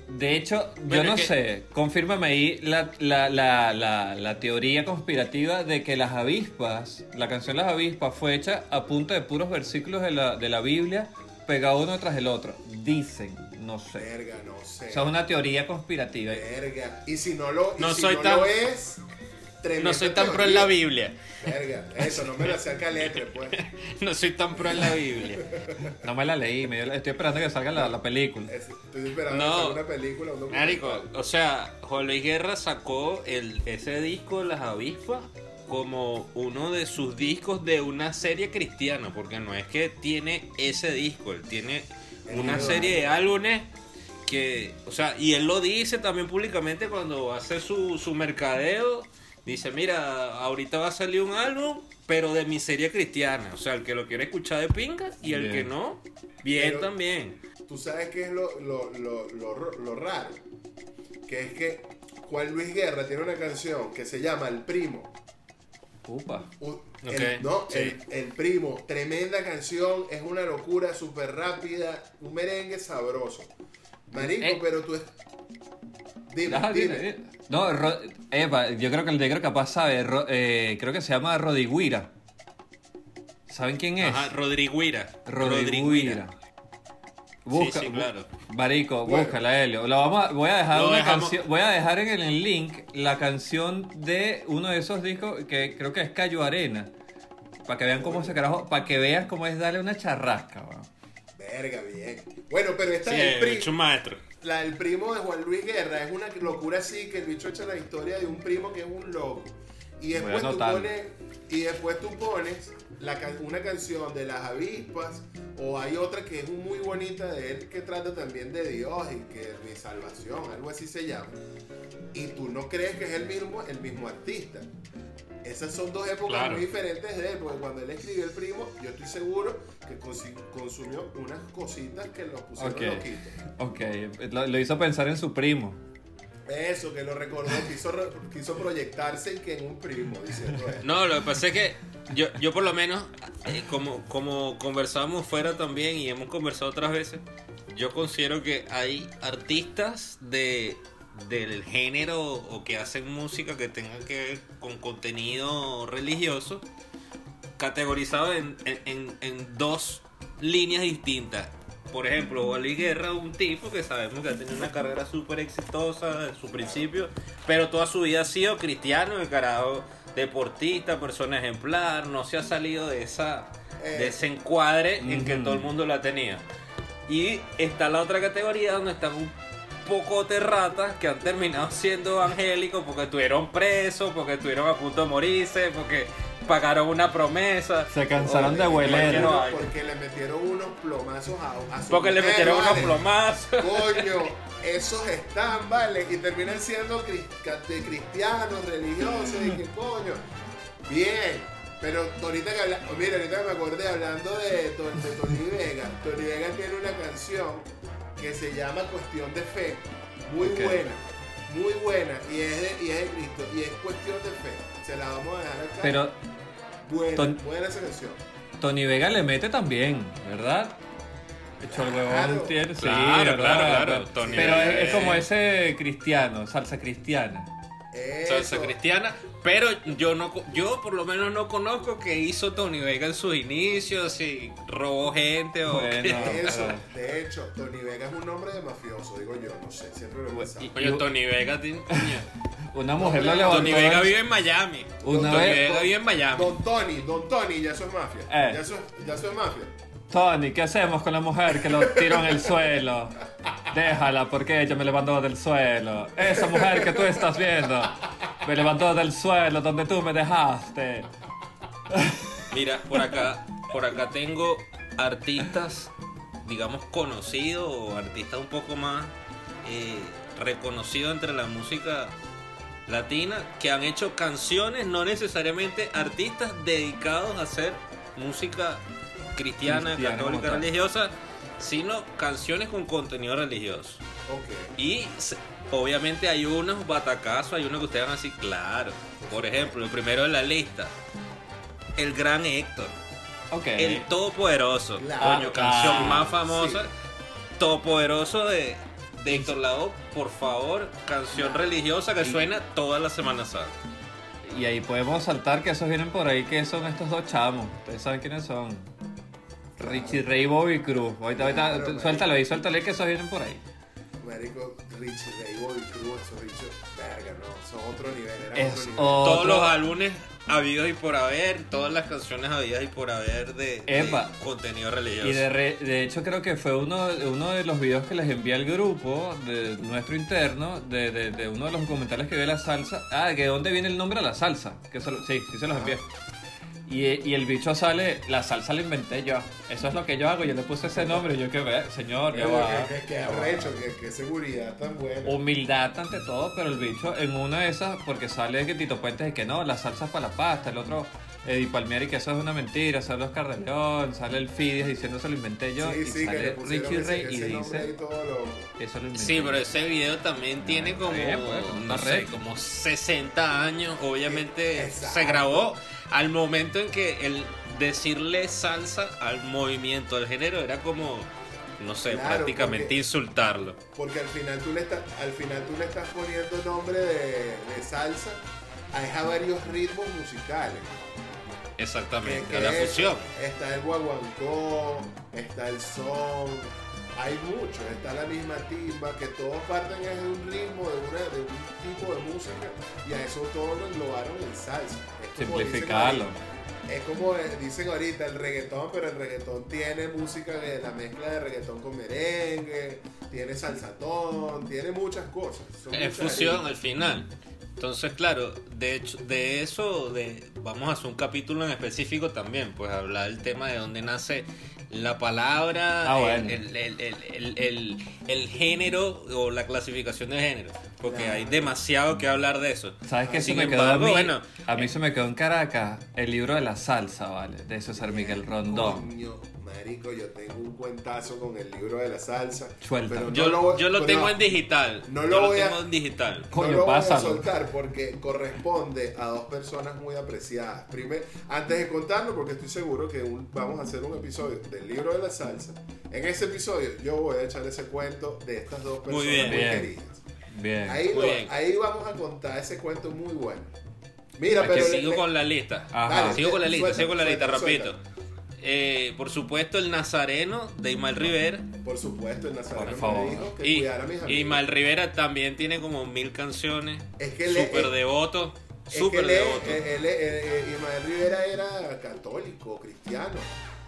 [SPEAKER 2] de hecho, yo
[SPEAKER 6] Bueno,
[SPEAKER 2] no
[SPEAKER 6] es que-
[SPEAKER 2] sé, confírmame ahí la, la- la- la- la teoría conspirativa de que las avispas, la canción Las avispas fue hecha a punta de puros versículos de la, de la Biblia, pegado uno tras el otro. Dicen, no sé.
[SPEAKER 4] Verga, no sé.
[SPEAKER 2] O sea, es una teoría conspirativa.
[SPEAKER 4] Verga. Y si no lo, y
[SPEAKER 6] No
[SPEAKER 4] si
[SPEAKER 6] soy
[SPEAKER 4] no
[SPEAKER 6] tan-
[SPEAKER 4] lo es, tremenda
[SPEAKER 6] No soy tan pro en la
[SPEAKER 4] teoría.
[SPEAKER 6] Biblia.
[SPEAKER 4] Verga, eso, no me lo saca letre, pues.
[SPEAKER 6] No soy tan pro en la Biblia.
[SPEAKER 2] No me la leí, me dio la- estoy esperando que salga la, la película.
[SPEAKER 4] Es- Estoy esperando
[SPEAKER 6] No.
[SPEAKER 4] una película, un documental.
[SPEAKER 6] Marico, o sea, Juan Luis Guerra sacó el, ese disco Las Avispas como uno de sus discos de una serie cristiana, porque no es que tiene ese disco, él tiene una serie de álbumes que, o sea, y él lo dice también públicamente cuando hace su, su mercadeo, dice, mira, ahorita va a salir un álbum, pero de mi serie cristiana, o sea, el que lo quiere escuchar de pinga y el
[SPEAKER 2] Bien.
[SPEAKER 6] que no, bien
[SPEAKER 4] Pero-
[SPEAKER 6] también.
[SPEAKER 4] Tú sabes qué es lo, lo, lo, lo, ro- lo raro. Que es que Juan Luis Guerra tiene una canción que se llama El Primo.
[SPEAKER 2] Upa.
[SPEAKER 4] U-
[SPEAKER 6] Ok,
[SPEAKER 4] el, no,
[SPEAKER 6] sí.
[SPEAKER 4] el, el primo, tremenda canción, es una locura, súper rápida, un merengue sabroso. Marico,
[SPEAKER 2] Eh.
[SPEAKER 4] pero tú es... Dime,
[SPEAKER 2] Ah,
[SPEAKER 4] dime.
[SPEAKER 2] dime, dime. No, Ro- epa, yo creo que el negro capaz sabe, Ro- eh, creo que se llama Rodigüira. ¿Saben quién es?
[SPEAKER 6] Ajá, Rodriguira.
[SPEAKER 2] Rodigüira. Busca,
[SPEAKER 6] Sí, sí, claro.
[SPEAKER 2] Marico,
[SPEAKER 4] Bueno.
[SPEAKER 2] búscala, Helio. La vamos a- voy, a dejar
[SPEAKER 6] Lo
[SPEAKER 2] una
[SPEAKER 6] dejamos.
[SPEAKER 2] canción- voy a dejar en el link la canción de uno de esos discos que creo que es Cayo Arena. Para que vean cómo se carajo, para que vean cómo es darle una charrasca. weón.
[SPEAKER 4] Verga, bien. Bueno, pero esta
[SPEAKER 6] Sí,
[SPEAKER 4] es el
[SPEAKER 6] el
[SPEAKER 4] primo.
[SPEAKER 6] bicho maestro.
[SPEAKER 4] La del primo de Juan Luis Guerra es una locura así que el bicho echa la historia de un primo que es un loco. Y
[SPEAKER 2] a
[SPEAKER 4] después tú
[SPEAKER 2] anotarlo.
[SPEAKER 4] pones, y después tú pones la can- una canción de las avispas o hay otra que es muy bonita de él que trata también de Dios y que es mi salvación, algo así se llama. Y tú no crees que es el mismo, el mismo artista. Esas son dos épocas
[SPEAKER 6] Claro.
[SPEAKER 4] muy diferentes de él, porque cuando él escribió El Primo, yo estoy seguro que consi- consumió unas cositas que lo pusieron
[SPEAKER 2] Ok.
[SPEAKER 4] loquito.
[SPEAKER 2] Ok, lo, lo hizo pensar en su primo.
[SPEAKER 4] Eso, que lo recordó, quiso, re- quiso proyectarse y que en un primo, "Pues, diciendo eso.
[SPEAKER 6] No, lo que pasa es que yo, yo por lo menos, eh, como, como conversábamos fuera también y hemos conversado otras veces, yo considero que hay artistas de, del género o que hacen música que tengan que ver con contenido religioso categorizado en, en- en- en dos líneas distintas. Por ejemplo, Wally Guerra, un tipo que sabemos que ha tenido una carrera súper exitosa en su principio, pero toda su vida ha sido cristiano, el carajo, deportista, persona ejemplar, no se ha salido de, esa, de ese encuadre en que
[SPEAKER 2] Ujú.
[SPEAKER 6] todo el mundo lo ha tenido. Y está la otra categoría donde están un poco de ratas que han terminado *laughs* siendo evangélicos porque estuvieron presos, porque estuvieron a punto de morirse, porque pagaron una promesa.
[SPEAKER 2] Se cansaron de
[SPEAKER 4] Porque le
[SPEAKER 6] huelero.
[SPEAKER 2] huelero.
[SPEAKER 4] metieron- Porque le metieron unos plomazos a, a su
[SPEAKER 6] Porque le
[SPEAKER 4] mujer,
[SPEAKER 6] metieron unos
[SPEAKER 4] vale.
[SPEAKER 6] plomazos.
[SPEAKER 4] Coño, esos están, vale, y terminan siendo cri- ca- de cristianos, religiosos, y que coño. Bien, pero ahorita que habla- oh, mira, ahorita que me acordé hablando de, To- de Tony Vega. Tony Vega tiene una canción que se llama Cuestión de Fe, muy
[SPEAKER 2] Ok.
[SPEAKER 4] buena, muy buena, y es, de, y es de Cristo, y es cuestión de fe. Se la vamos a dejar acá.
[SPEAKER 2] Pero
[SPEAKER 4] buena,
[SPEAKER 2] Ton-
[SPEAKER 4] buena esa canción.
[SPEAKER 2] Tony Vega le mete también, ¿verdad? Hecho el huevón tiene- sí,
[SPEAKER 6] Claro, claro,
[SPEAKER 2] ¿verdad?
[SPEAKER 6] claro, Tony
[SPEAKER 2] pero
[SPEAKER 6] Vega
[SPEAKER 2] es, es
[SPEAKER 6] es-
[SPEAKER 2] como ese cristiano, salsa cristiana.
[SPEAKER 6] salsa
[SPEAKER 4] Eso.
[SPEAKER 6] cristiana, pero yo no co- yo por lo menos no conozco qué hizo Tony Vega en sus inicios, si robó gente o
[SPEAKER 2] Bueno.
[SPEAKER 6] qué.
[SPEAKER 4] Eso,
[SPEAKER 2] Ah.
[SPEAKER 4] de hecho, Tony Vega es un nombre de mafioso, digo yo, no sé, siempre lo he pensado.
[SPEAKER 6] Coño, Tony
[SPEAKER 2] *laughs*
[SPEAKER 6] Vega, tiene- coño,
[SPEAKER 2] Una mujer lo levantó.
[SPEAKER 6] Tony
[SPEAKER 2] en-
[SPEAKER 6] Vega vive en Miami.
[SPEAKER 2] Una
[SPEAKER 6] Tony
[SPEAKER 2] vez-
[SPEAKER 6] Vega vive en Miami.
[SPEAKER 4] Don Tony, Don Tony, ya eso es mafia.
[SPEAKER 2] Eh.
[SPEAKER 4] Ya, eso es, ya eso es mafia.
[SPEAKER 2] Tony, ¿qué hacemos con la mujer que lo tiró en el suelo? Déjala porque ella me levantó del suelo. Esa mujer que tú estás viendo me levantó del suelo donde tú me dejaste.
[SPEAKER 6] Mira, por acá, por acá tengo artistas, digamos, conocidos o artistas un poco más eh, reconocidos entre la música latina que han hecho canciones, no necesariamente artistas dedicados a hacer música cristiana,
[SPEAKER 2] Cristiana como
[SPEAKER 6] católica,
[SPEAKER 2] tal.
[SPEAKER 6] religiosa, sino canciones con contenido religioso.
[SPEAKER 4] Ok.
[SPEAKER 6] Y se- obviamente hay unos batacazos, hay unos que ustedes van a decir, claro. Por ejemplo, el primero de la lista, el gran Héctor,
[SPEAKER 2] Ok.
[SPEAKER 6] el todopoderoso.
[SPEAKER 4] Claro.
[SPEAKER 6] Coño, canción
[SPEAKER 2] Ah,
[SPEAKER 6] más famosa,
[SPEAKER 4] sí.
[SPEAKER 6] todopoderoso de, de Héctor Lavoe, por favor, canción religiosa que suena toda la Semana Santa.
[SPEAKER 2] Y ahí podemos saltar que esos vienen por ahí, que son estos dos chamos. Ustedes saben quiénes son. Richie Ray y Bobby Cruz. Ahorita, ahorita,
[SPEAKER 4] Claro,
[SPEAKER 2] tú-
[SPEAKER 4] marico.
[SPEAKER 2] suéltalo ahí, suéltalo ahí, que esos vienen por ahí.
[SPEAKER 4] Marico, Richie Ray, Bobby Cruz, esos bichos, verga, no, son otro nivel, eran
[SPEAKER 2] Es
[SPEAKER 4] otro nivel.
[SPEAKER 2] otro...
[SPEAKER 6] Todos los álbumes habidos y por haber, todas las canciones habidas y por haber de, de
[SPEAKER 2] Epa.
[SPEAKER 6] contenido religioso.
[SPEAKER 2] Y de, re- de hecho creo que fue uno, uno de los videos que les envié al grupo, de nuestro interno, de, de- de uno de los documentales que ve la salsa. Ah, que de dónde viene el nombre de la salsa. Que se lo- sí, sí se los envié. Y, y el bicho sale, la salsa la inventé yo. Eso es lo que yo hago, yo le puse ese nombre, yo que ver, señor,
[SPEAKER 4] Eh,
[SPEAKER 2] ya va.
[SPEAKER 4] Verga, qué- qué arrecho, qué- qué seguridad tan buena.
[SPEAKER 2] Humildad ante todo, pero el bicho en una de esas, porque sale que Tito Puente de que no, la salsa es para la pasta, el otro Eddie Palmieri que eso es una mentira, sale Oscar de León, sale el Fidias diciendo se lo inventé yo,
[SPEAKER 4] sí,
[SPEAKER 2] y
[SPEAKER 4] sí, que le
[SPEAKER 2] sale
[SPEAKER 4] pusieron
[SPEAKER 2] Richie
[SPEAKER 4] ese,
[SPEAKER 2] Ray y
[SPEAKER 4] ese nombre ahí
[SPEAKER 2] dice
[SPEAKER 4] todo loco.
[SPEAKER 2] eso lo inventé.
[SPEAKER 6] Sí,
[SPEAKER 2] yo".
[SPEAKER 6] pero ese video también tiene como,
[SPEAKER 2] red, pues, como
[SPEAKER 6] no
[SPEAKER 2] una
[SPEAKER 6] sé,
[SPEAKER 2] red.
[SPEAKER 6] como 60 años. Obviamente eh,
[SPEAKER 4] Exacto.
[SPEAKER 6] se grabó al momento en que el decirle salsa al movimiento del género era como, no sé,
[SPEAKER 4] Claro,
[SPEAKER 6] prácticamente
[SPEAKER 4] porque-
[SPEAKER 6] insultarlo.
[SPEAKER 4] Porque al final tú le estás, al final tú le estás poniendo nombre de, de salsa a, es a varios ritmos musicales. Que-
[SPEAKER 6] Exactamente,
[SPEAKER 4] que
[SPEAKER 6] a la
[SPEAKER 4] es-
[SPEAKER 6] fusión.
[SPEAKER 4] Está el guaguancó, está el son, hay muchos, está la misma timba, que todos parten es de un ritmo, de, una- de un tipo de música, y a eso todos lo englobaron en salsa. Es como dicen
[SPEAKER 2] Simplificarlo.
[SPEAKER 4] ahorita- Es como eh, dicen ahorita el reggaetón, pero el reggaetón tiene música de la mezcla de reggaetón con merengue, tiene salsatón, tiene muchas cosas. son
[SPEAKER 6] Es
[SPEAKER 4] muchas
[SPEAKER 6] fusión
[SPEAKER 4] aristas.
[SPEAKER 6] al final. Entonces, claro, de hecho, de eso de, vamos a hacer un capítulo en específico también, pues hablar el tema de dónde nace la palabra,
[SPEAKER 2] Ah,
[SPEAKER 6] el-
[SPEAKER 2] bueno.
[SPEAKER 6] el, el- el- el- el- el género o la clasificación de género, porque
[SPEAKER 4] Claro.
[SPEAKER 6] hay demasiado que hablar de eso.
[SPEAKER 2] ¿Sabes qué? Se
[SPEAKER 6] Sin
[SPEAKER 2] me quedó
[SPEAKER 6] embargo,
[SPEAKER 2] a mí,
[SPEAKER 6] bueno, eh.
[SPEAKER 2] a mí se me quedó en Caracas el libro de la salsa, ¿vale? De César Miguel Rondón.
[SPEAKER 4] Coño, marico, yo tengo un cuentazo con el libro de la salsa.
[SPEAKER 2] Suelta.
[SPEAKER 4] pero no
[SPEAKER 6] Yo,
[SPEAKER 4] voy-
[SPEAKER 6] yo lo
[SPEAKER 4] pero
[SPEAKER 6] tengo
[SPEAKER 4] no.
[SPEAKER 6] en digital.
[SPEAKER 4] No
[SPEAKER 6] yo
[SPEAKER 4] lo
[SPEAKER 6] lo
[SPEAKER 4] voy a-
[SPEAKER 6] tengo en digital.
[SPEAKER 2] Coño,
[SPEAKER 4] no lo voy a
[SPEAKER 2] pásalo.
[SPEAKER 4] soltar porque corresponde a dos personas muy apreciadas. Primero, antes de contarlo, porque estoy seguro que un- vamos a hacer un episodio del libro de la salsa. En ese episodio yo voy a echar ese cuento de estas dos personas muy,
[SPEAKER 6] Muy bien.
[SPEAKER 2] Bien.
[SPEAKER 4] queridas.
[SPEAKER 2] Bien.
[SPEAKER 4] Ahí,
[SPEAKER 6] Muy
[SPEAKER 4] lo-
[SPEAKER 6] bien.
[SPEAKER 4] ahí vamos a contar ese cuento muy bueno. Mira,
[SPEAKER 2] Aquí
[SPEAKER 4] pero
[SPEAKER 6] sigo
[SPEAKER 4] le-
[SPEAKER 6] con la lista.
[SPEAKER 2] Ajá.
[SPEAKER 4] Dale,
[SPEAKER 6] sigo con la lista,
[SPEAKER 4] suelta,
[SPEAKER 6] sigo con la lista,
[SPEAKER 4] suelta,
[SPEAKER 6] rapidito.
[SPEAKER 4] suelta.
[SPEAKER 6] eh, por supuesto, el nazareno de Imal Rivera.
[SPEAKER 4] Por supuesto, el Nazareno
[SPEAKER 2] Por
[SPEAKER 4] me
[SPEAKER 2] favor.
[SPEAKER 4] dijo que
[SPEAKER 6] Y,
[SPEAKER 4] cuidara a mis
[SPEAKER 6] y
[SPEAKER 4] amigos.
[SPEAKER 6] Imal Rivera también tiene como mil canciones.
[SPEAKER 4] Es que él es-
[SPEAKER 6] Súper
[SPEAKER 4] es-
[SPEAKER 6] devoto.
[SPEAKER 4] Es que
[SPEAKER 6] Súper
[SPEAKER 4] él es-
[SPEAKER 6] devoto.
[SPEAKER 4] él- él es- eh, eh, Ismael Rivera era católico, cristiano.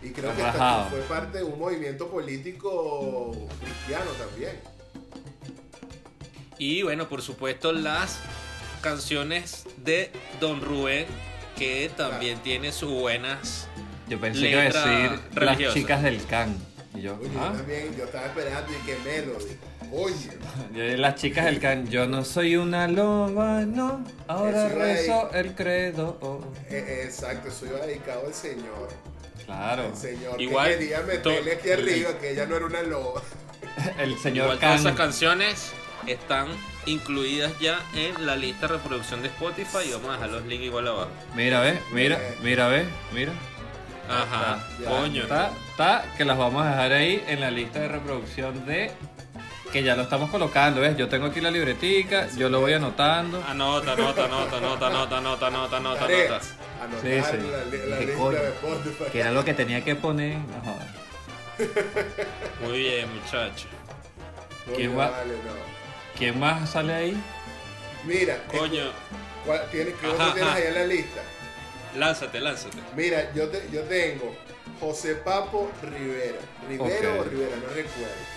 [SPEAKER 4] Y creo que hasta
[SPEAKER 2] Rajado.
[SPEAKER 4] fue parte de un movimiento político cristiano también.
[SPEAKER 6] Y bueno, por supuesto, las canciones de Don Rubén, que también tiene sus buenas.
[SPEAKER 2] Yo pensé que iba a
[SPEAKER 6] Letra
[SPEAKER 2] decir
[SPEAKER 6] religiosa.
[SPEAKER 2] las chicas del can. Y yo,
[SPEAKER 4] Oye,
[SPEAKER 2] ¿ah?
[SPEAKER 4] yo también, yo estaba esperando y qué melody. Oye,
[SPEAKER 2] Eh, Las chicas del can. Yo no soy una loba, no.
[SPEAKER 4] Eso
[SPEAKER 2] Ahora
[SPEAKER 4] es.
[SPEAKER 2] rezo el credo. oh.
[SPEAKER 4] eh, exacto, eso iba dedicado al señor.
[SPEAKER 2] Claro.
[SPEAKER 4] Al señor
[SPEAKER 6] Igual,
[SPEAKER 4] que quería meterle
[SPEAKER 6] to-
[SPEAKER 4] aquí arriba, que ella no era una loba.
[SPEAKER 2] El
[SPEAKER 6] Igual
[SPEAKER 2] señor
[SPEAKER 6] todas esas
[SPEAKER 2] can.
[SPEAKER 6] canciones están incluidas ya en la lista de reproducción de Spotify y vamos a dejar los links igual abajo.
[SPEAKER 2] Mira, ve, mira, mira, ve, mira.
[SPEAKER 6] Ajá,
[SPEAKER 4] Ya,
[SPEAKER 6] coño.
[SPEAKER 2] Está, está, que las vamos a dejar ahí en la lista de reproducción de... Que ya lo estamos colocando, ¿ves? Yo tengo aquí la libretica, yo lo voy anotando.
[SPEAKER 6] Anota, anota, anota, anota, anota, anota, anota, anota,
[SPEAKER 4] Tarea,
[SPEAKER 6] anota.
[SPEAKER 4] anotar
[SPEAKER 2] Sí, sí.
[SPEAKER 4] la, li- la
[SPEAKER 2] Qué
[SPEAKER 4] lista
[SPEAKER 2] coño.
[SPEAKER 4] de Spotify.
[SPEAKER 2] Que era lo que tenía que poner. No jodas.
[SPEAKER 6] Muy bien, muchachos.
[SPEAKER 4] Coño,
[SPEAKER 2] qué guap-
[SPEAKER 4] vale, no.
[SPEAKER 2] ¿Quién más sale ahí?
[SPEAKER 4] Mira, eh,
[SPEAKER 6] Coño,
[SPEAKER 4] ¿cuál- tienes, ¿qué
[SPEAKER 6] Ajá,
[SPEAKER 4] otro tienes
[SPEAKER 6] ajá.
[SPEAKER 4] ahí en la lista?
[SPEAKER 6] lánzate, lánzate.
[SPEAKER 4] Mira, yo, te- yo tengo José Papo Rivera. Rivera
[SPEAKER 2] Ok.
[SPEAKER 4] o Rivera, no recuerdo.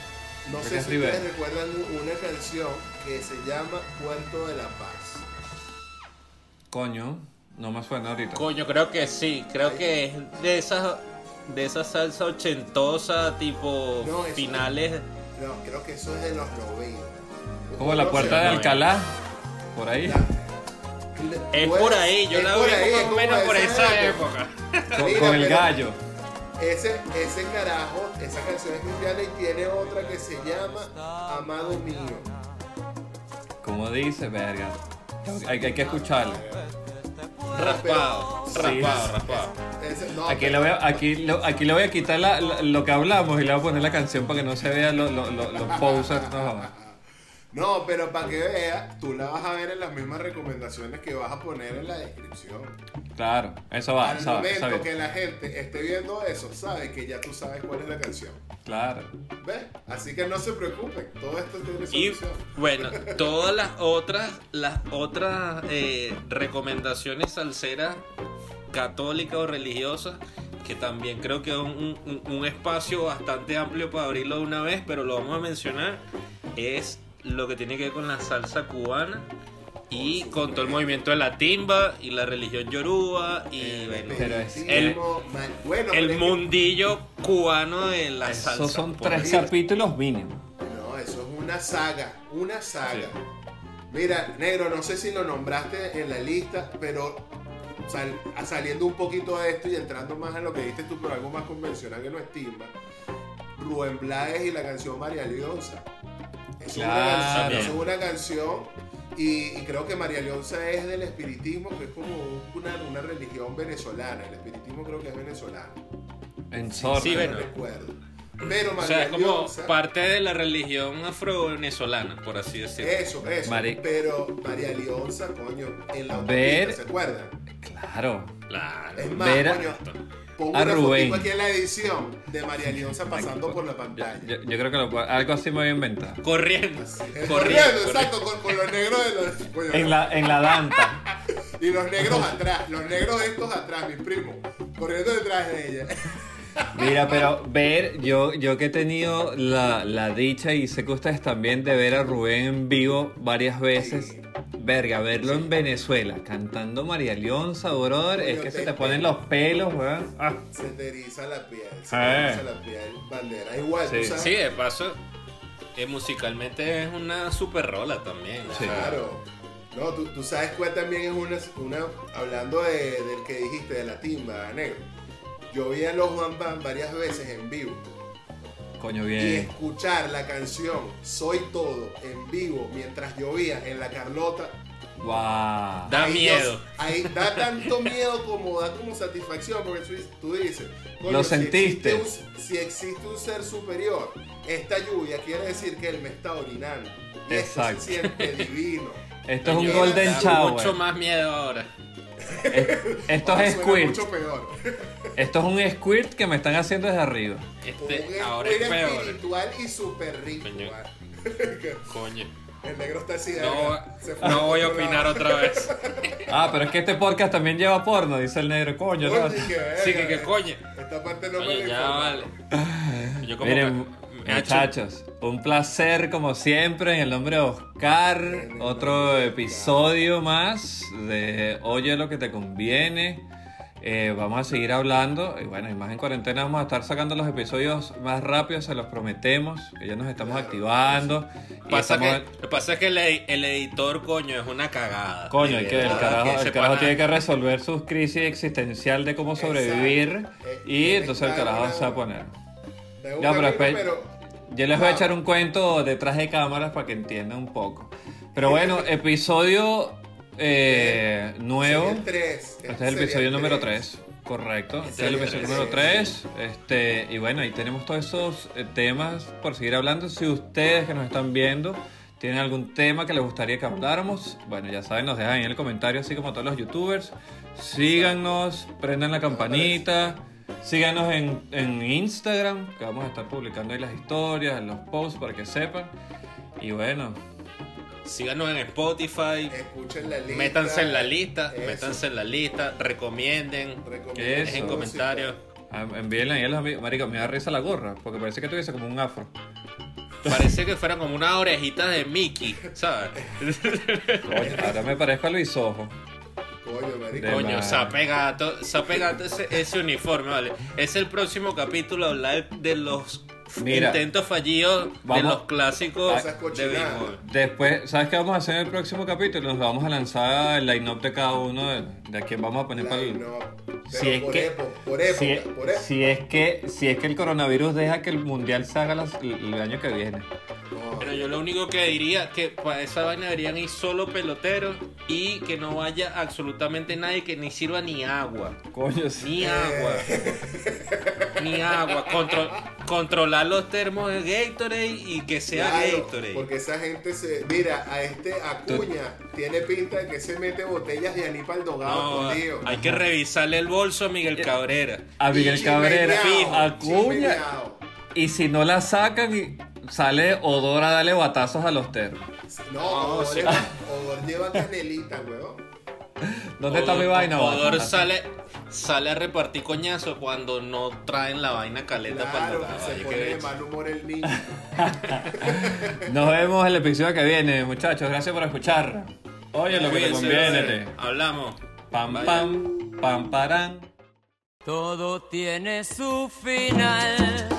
[SPEAKER 4] No
[SPEAKER 2] Creo
[SPEAKER 4] sé si
[SPEAKER 2] que es Rivera.
[SPEAKER 4] ustedes recuerdan u- una canción que se llama Puerto de la Paz.
[SPEAKER 2] Coño, no me suena ahorita.
[SPEAKER 6] Coño, creo que sí. Creo que es de esas de esa salsa ochentosa, tipo
[SPEAKER 4] No, eso-
[SPEAKER 6] finales.
[SPEAKER 4] No, creo que eso es de los 90.
[SPEAKER 2] Como la puerta de
[SPEAKER 6] no,
[SPEAKER 2] Alcalá. Por ahí.
[SPEAKER 4] La-
[SPEAKER 6] Es
[SPEAKER 4] Tú
[SPEAKER 6] por
[SPEAKER 4] eres-
[SPEAKER 6] ahí, yo
[SPEAKER 4] Pues, es
[SPEAKER 6] la
[SPEAKER 4] por
[SPEAKER 6] vi
[SPEAKER 4] ahí, es
[SPEAKER 6] más o
[SPEAKER 4] como
[SPEAKER 6] menos
[SPEAKER 4] de
[SPEAKER 6] por
[SPEAKER 4] esa
[SPEAKER 6] esa
[SPEAKER 4] época.
[SPEAKER 6] época.
[SPEAKER 2] Con,
[SPEAKER 4] Mira,
[SPEAKER 2] con el
[SPEAKER 4] pero-
[SPEAKER 2] gallo.
[SPEAKER 4] Ese, ese carajo, esa canción es cristiana y tiene otra que se llama Amado Mío.
[SPEAKER 2] Como dice, verga. Hay, hay que escucharlo.
[SPEAKER 6] Raspado,
[SPEAKER 2] Sí.
[SPEAKER 6] raspado, raspado.
[SPEAKER 4] Ese- no,
[SPEAKER 2] Aquí le voy a, aquí, lo- aquí le voy a quitar la- la- lo que hablamos y le voy a poner la canción para que no se vean los los- los- los posers. No, jodas.
[SPEAKER 4] No, pero para que veas, tú la vas a ver en las mismas recomendaciones que vas a poner en la descripción.
[SPEAKER 2] claro, eso va.
[SPEAKER 4] Al
[SPEAKER 2] eso va,
[SPEAKER 4] momento
[SPEAKER 2] eso va.
[SPEAKER 4] que la gente esté viendo eso, sabe que ya tú sabes cuál es la canción.
[SPEAKER 2] Claro.
[SPEAKER 4] ¿Ves? Así que no se preocupen, todo esto tiene
[SPEAKER 6] Y
[SPEAKER 4] solución.
[SPEAKER 6] bueno, todas las otras, las otras eh, recomendaciones salseras católicas o religiosas, que también creo que es un, un- un espacio bastante amplio para abrirlo de una vez, pero lo vamos a mencionar, es lo que tiene que ver con la salsa cubana y con todo el movimiento de la timba y la religión yoruba y bueno,
[SPEAKER 2] pero es-
[SPEAKER 6] el-
[SPEAKER 4] mal- bueno, Eh, pero
[SPEAKER 6] el
[SPEAKER 4] es que-
[SPEAKER 6] mundillo cubano de la salsa.
[SPEAKER 2] Esos son
[SPEAKER 6] por
[SPEAKER 2] tres
[SPEAKER 6] decir.
[SPEAKER 2] capítulos mínimos.
[SPEAKER 4] No, eso es una saga, una saga. Mira, negro, no sé si lo nombraste en la lista, pero sal- a- saliendo un poquito de esto y entrando más en lo que dijiste tú, pero algo más convencional que no estima. Rubén Blades y la canción María Leonza. Es, una,
[SPEAKER 2] Claro.
[SPEAKER 4] canción, es una canción y, y creo que María Leonza es del espiritismo, que es como una, una religión venezolana. El espiritismo creo que es venezolano.
[SPEAKER 2] En sorte.
[SPEAKER 6] Sí, bueno.
[SPEAKER 4] No recuerdo. Pero María
[SPEAKER 6] O sea, es como
[SPEAKER 4] Leonza-
[SPEAKER 6] parte de la religión afro-venezolana, por así decirlo.
[SPEAKER 4] Eso, eso.
[SPEAKER 2] Mari-
[SPEAKER 4] Pero María Leonza, coño, en la autopista,
[SPEAKER 2] Ver-
[SPEAKER 4] ¿se acuerdan?
[SPEAKER 2] Claro.
[SPEAKER 6] Claro.
[SPEAKER 4] Es más,
[SPEAKER 2] Ver a-
[SPEAKER 4] coño, pongo
[SPEAKER 2] a
[SPEAKER 4] una
[SPEAKER 2] Rubén.
[SPEAKER 4] fotico aquí en la edición de María Leonza pasando por la pantalla.
[SPEAKER 2] Yo, yo creo que lo- algo así me voy a inventar.
[SPEAKER 6] Corriendo.
[SPEAKER 4] Eh,
[SPEAKER 6] Corriendo.
[SPEAKER 4] Corriendo,
[SPEAKER 6] corriendo.
[SPEAKER 4] exacto, con, con los negros de los, coño,
[SPEAKER 2] En la, en la danta.
[SPEAKER 4] y los negros atrás, los negros estos atrás, mis primos, corriendo detrás de ella. *laughs*
[SPEAKER 2] Mira, pero ver, yo, yo que he tenido la, la dicha y sé que ustedes también de ver a Rubén en vivo varias veces. Verga, verlo en Venezuela cantando María Leonza, brother, es
[SPEAKER 4] Coño,
[SPEAKER 2] que se
[SPEAKER 4] te-
[SPEAKER 2] te ponen los pelos, weón. Ah,
[SPEAKER 4] Se te eriza la piel, se
[SPEAKER 2] Eh.
[SPEAKER 4] te eriza la piel, bandera, igual,
[SPEAKER 2] Sí.
[SPEAKER 4] tú sabes.
[SPEAKER 6] Sí, de paso, eh, musicalmente es una super rola también.
[SPEAKER 2] Sí.
[SPEAKER 4] Claro. No, tú, tú sabes cuál también es una, una hablando de- del que dijiste, de la timba, negro. Yo vi a los Juan Pan varias veces en vivo
[SPEAKER 2] coño,
[SPEAKER 4] y
[SPEAKER 2] bien.
[SPEAKER 4] escuchar la canción Soy Todo en vivo mientras llovía en la Carlota.
[SPEAKER 2] Wow.
[SPEAKER 6] Da
[SPEAKER 4] ahí
[SPEAKER 6] miedo.
[SPEAKER 4] yo- ahí da tanto miedo como da como satisfacción porque tú, dices- tú dices, coño,
[SPEAKER 2] Lo
[SPEAKER 4] si
[SPEAKER 2] sentiste.
[SPEAKER 4] existe un- si existe un ser superior, esta lluvia quiere decir que él me está orinando. Y esto
[SPEAKER 2] Exacto.
[SPEAKER 4] se siente divino.
[SPEAKER 2] Esto es un
[SPEAKER 6] Yo
[SPEAKER 2] Golden
[SPEAKER 6] da
[SPEAKER 2] Shower.
[SPEAKER 6] Mucho más miedo ahora.
[SPEAKER 2] Es- esto
[SPEAKER 4] Ahora
[SPEAKER 2] es
[SPEAKER 4] suena
[SPEAKER 2] squirt.
[SPEAKER 4] mucho peor.
[SPEAKER 2] Esto es un squirt que me están haciendo desde arriba.
[SPEAKER 6] Este,
[SPEAKER 4] Un
[SPEAKER 6] ahora es
[SPEAKER 4] squirt
[SPEAKER 6] peor.
[SPEAKER 4] espiritual y súper rico.
[SPEAKER 6] Coño.
[SPEAKER 4] ah.
[SPEAKER 6] Coño.
[SPEAKER 4] El negro está así de verga. Se
[SPEAKER 6] No,
[SPEAKER 4] fue
[SPEAKER 6] no
[SPEAKER 4] a
[SPEAKER 6] voy a
[SPEAKER 4] otro
[SPEAKER 6] opinar
[SPEAKER 4] lado.
[SPEAKER 6] otra vez.
[SPEAKER 2] Ah, pero es que este podcast también lleva porno, dice el negro. Coño, no.
[SPEAKER 4] Oye, qué verga,
[SPEAKER 6] Sí, que, que
[SPEAKER 4] eh.
[SPEAKER 6] coño.
[SPEAKER 4] Esta parte no me
[SPEAKER 6] Coño,
[SPEAKER 4] la
[SPEAKER 6] ya
[SPEAKER 4] informaron.
[SPEAKER 6] vale. Yo como
[SPEAKER 2] Miren,
[SPEAKER 6] que- me ha hecho-
[SPEAKER 2] muchachos, un placer como siempre en el nombre de Oscar. Otro episodio más de Oye lo que te conviene. Eh, vamos a seguir hablando. Y bueno, y más en cuarentena vamos a estar sacando los episodios más rápidos, se los prometemos. Que ya nos estamos activando. Y
[SPEAKER 6] Pasa que,
[SPEAKER 2] estamos-
[SPEAKER 6] lo que pasa es que el, ed- el editor, coño, es una cagada.
[SPEAKER 2] Coño, hay
[SPEAKER 6] De
[SPEAKER 2] que el
[SPEAKER 6] verdad, que
[SPEAKER 2] carajo, el
[SPEAKER 6] ese
[SPEAKER 2] carajo
[SPEAKER 6] pana-
[SPEAKER 2] tiene que resolver sus crisis existencial de cómo sobrevivir.
[SPEAKER 4] Eh,
[SPEAKER 2] Y
[SPEAKER 4] tiene
[SPEAKER 2] entonces el
[SPEAKER 4] claro
[SPEAKER 2] carajo
[SPEAKER 4] una-
[SPEAKER 2] se va a poner.
[SPEAKER 4] De un
[SPEAKER 2] Ya, pero
[SPEAKER 4] camino,
[SPEAKER 2] después- Yo les voy a
[SPEAKER 4] Ah.
[SPEAKER 2] echar un cuento detrás de cámaras para que entiendan un poco. Pero bueno, episodio eh, nuevo.
[SPEAKER 4] sería el tres.
[SPEAKER 2] Este es el
[SPEAKER 4] sería
[SPEAKER 2] episodio número
[SPEAKER 4] tres.
[SPEAKER 2] 3. Correcto. Este es el
[SPEAKER 6] Sería
[SPEAKER 2] episodio
[SPEAKER 6] tres,
[SPEAKER 2] número
[SPEAKER 4] sí.
[SPEAKER 2] 3. Este, y bueno, ahí tenemos todos esos eh, temas por seguir hablando. Si ustedes que nos están viendo tienen algún tema que les gustaría que habláramos, bueno, ya saben, nos dejan ahí en el comentario, así como a todos los youtubers. Síganos, prendan la campanita. Síganos en, en Instagram, que vamos a estar publicando ahí las historias, los posts para que sepan. Y bueno,
[SPEAKER 6] Síganos en Spotify,
[SPEAKER 4] Escuchen la lista.
[SPEAKER 6] métanse en la lista,
[SPEAKER 4] Eso.
[SPEAKER 6] métanse en la lista, recomienden,
[SPEAKER 4] Recomienden
[SPEAKER 2] Eso.
[SPEAKER 6] dejen
[SPEAKER 4] música.
[SPEAKER 6] comentarios.
[SPEAKER 2] a- envíenle ahí a los amigos. Marico, me da risa la gorra, porque parece que tuviese como un afro.
[SPEAKER 6] Parece que fueran como unas orejitas de Mickey, ¿sabes?
[SPEAKER 2] Coño, ahora me parezco a Luis Ojo.
[SPEAKER 4] Coño, marico.
[SPEAKER 2] De
[SPEAKER 6] Coño,
[SPEAKER 2] más.
[SPEAKER 6] sape gato, sape gato ese, ese uniforme, ¿vale? Es el próximo capítulo hablar de los
[SPEAKER 2] Mira,
[SPEAKER 6] intentos fallidos de
[SPEAKER 2] vamos-
[SPEAKER 6] los clásicos
[SPEAKER 4] Esas
[SPEAKER 6] de
[SPEAKER 4] cochinadas.
[SPEAKER 6] béisbol.
[SPEAKER 2] Después, ¿sabes qué vamos a hacer en el próximo capítulo? Nos vamos a lanzar el line-up de cada uno de, de a quién vamos a poner para
[SPEAKER 4] Ay,
[SPEAKER 2] el...
[SPEAKER 4] no. Pero
[SPEAKER 2] Si es
[SPEAKER 4] por
[SPEAKER 2] que-
[SPEAKER 4] época, por época,
[SPEAKER 2] Si,
[SPEAKER 4] por época.
[SPEAKER 2] si es que, si es que el coronavirus deja que el mundial se haga las- el, el año que viene.
[SPEAKER 4] No.
[SPEAKER 6] Pero yo lo único que diría es que para esa vaina deberían ir solo peloteros y que no vaya absolutamente nadie que ni sirva ni agua.
[SPEAKER 2] Coño, sí.
[SPEAKER 6] Ni agua.
[SPEAKER 4] Eh.
[SPEAKER 6] Ni agua. Contro- controlar los termos de Gatorade y que sea
[SPEAKER 4] Claro,
[SPEAKER 6] Gatorade.
[SPEAKER 4] porque esa gente se. Mira, a este Acuña tiene pinta de que se mete botellas de Aníbal Dogado
[SPEAKER 6] No,
[SPEAKER 4] escondido.
[SPEAKER 6] hay que revisarle el bolso a
[SPEAKER 2] Eh,
[SPEAKER 6] Miguel Cabrera.
[SPEAKER 2] A Miguel Cabrera,
[SPEAKER 4] Chimeneado,
[SPEAKER 2] Acuña.
[SPEAKER 4] chimeneado.
[SPEAKER 2] Y si no la sacan, y sale Odora a darle batazos a los termos.
[SPEAKER 4] No,
[SPEAKER 6] No,
[SPEAKER 4] Odor,
[SPEAKER 6] sí.
[SPEAKER 4] lleva, Odor lleva canelita, weón.
[SPEAKER 2] ¿Dónde está mi
[SPEAKER 6] Odor-
[SPEAKER 2] vaina?
[SPEAKER 6] Odor
[SPEAKER 2] Batata?
[SPEAKER 6] sale, sale a repartir coñazo cuando no traen la vaina caleta
[SPEAKER 4] Claro,
[SPEAKER 6] para el
[SPEAKER 4] se
[SPEAKER 6] trabajo.
[SPEAKER 4] pone de mal humor el niño.
[SPEAKER 2] Nos vemos en el episodio que viene, muchachos. Gracias por escuchar. Oye, lo que te
[SPEAKER 6] Cuídense,
[SPEAKER 2] conviene.
[SPEAKER 6] Hablamos.
[SPEAKER 2] Pam,
[SPEAKER 6] Bye.
[SPEAKER 2] pam, pam, parán.
[SPEAKER 7] Todo tiene su final.